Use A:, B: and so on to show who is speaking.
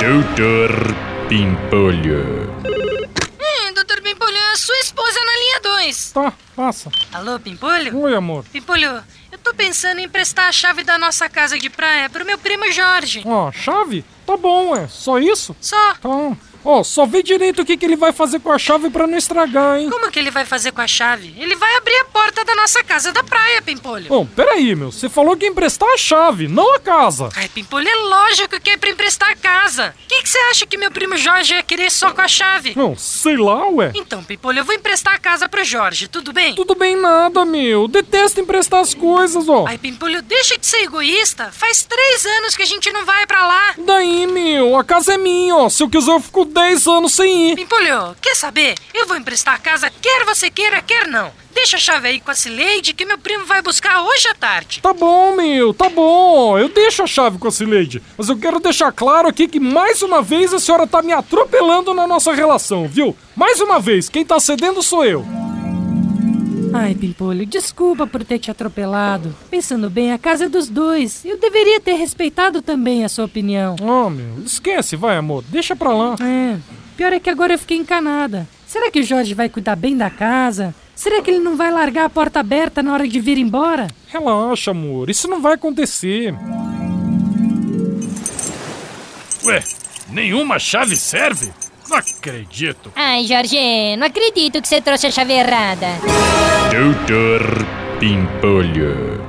A: Doutor Pimpolho.
B: Hum, doutor Pimpolho, a sua esposa na linha 2.
C: Tá, passa.
B: Alô, Pimpolho?
C: Oi, amor.
B: Pimpolho, eu tô pensando em emprestar a chave da nossa casa de praia pro meu primo Jorge.
C: Ó, chave? Tá bom, é. Só isso?
B: Só.
C: Então, ó, só vê direito o que, que ele vai fazer com a chave pra não estragar, hein?
B: Como que ele vai fazer com a chave? Ele vai abrir a porta da nossa casa da praia, Pimpolho.
C: Bom, peraí, meu. Você falou que ia emprestar a chave, não a casa.
B: Ai, Pimpolho, é lógico que é pra emprestar a casa. O que que você acha que meu primo Jorge ia querer só com a chave?
C: Não, sei lá, ué.
B: Então, Pimpolho, eu vou emprestar a casa pro Jorge, tudo bem?
C: Tudo bem nada, meu. Detesto emprestar as coisas, ó.
B: Ai, Pimpolho, deixa de ser egoísta. Faz três anos que a gente não vai pra lá.
C: Daí, meu, a casa é minha, ó. Se eu quiser, eu fico 10 anos sem ir.
B: Pimpolho, quer saber? Eu vou emprestar a casa, quer você queira, quer não. Deixa a chave aí com a Cileide que meu primo vai buscar hoje à tarde.
C: Tá bom, meu, tá bom. Eu deixo a chave com a Cileide. Mas eu quero deixar claro aqui que mais uma vez a senhora tá me atropelando na nossa relação, viu? Mais uma vez, quem tá cedendo sou eu.
D: Ai, Pimpolho, desculpa por ter te atropelado. Pensando bem, a casa é dos dois. Eu deveria ter respeitado também a sua opinião.
C: Ah, meu, esquece, vai, amor. Deixa pra lá.
D: É, pior é que agora eu fiquei encanada. Será que o Jorge vai cuidar bem da casa? Será que ele não vai largar a porta aberta na hora de vir embora?
C: Relaxa, amor. Isso não vai acontecer.
A: Ué, nenhuma chave serve? Não acredito.
E: Ai, Jorge, não acredito que você trouxe a chave errada.
A: Doutor Pimpolho.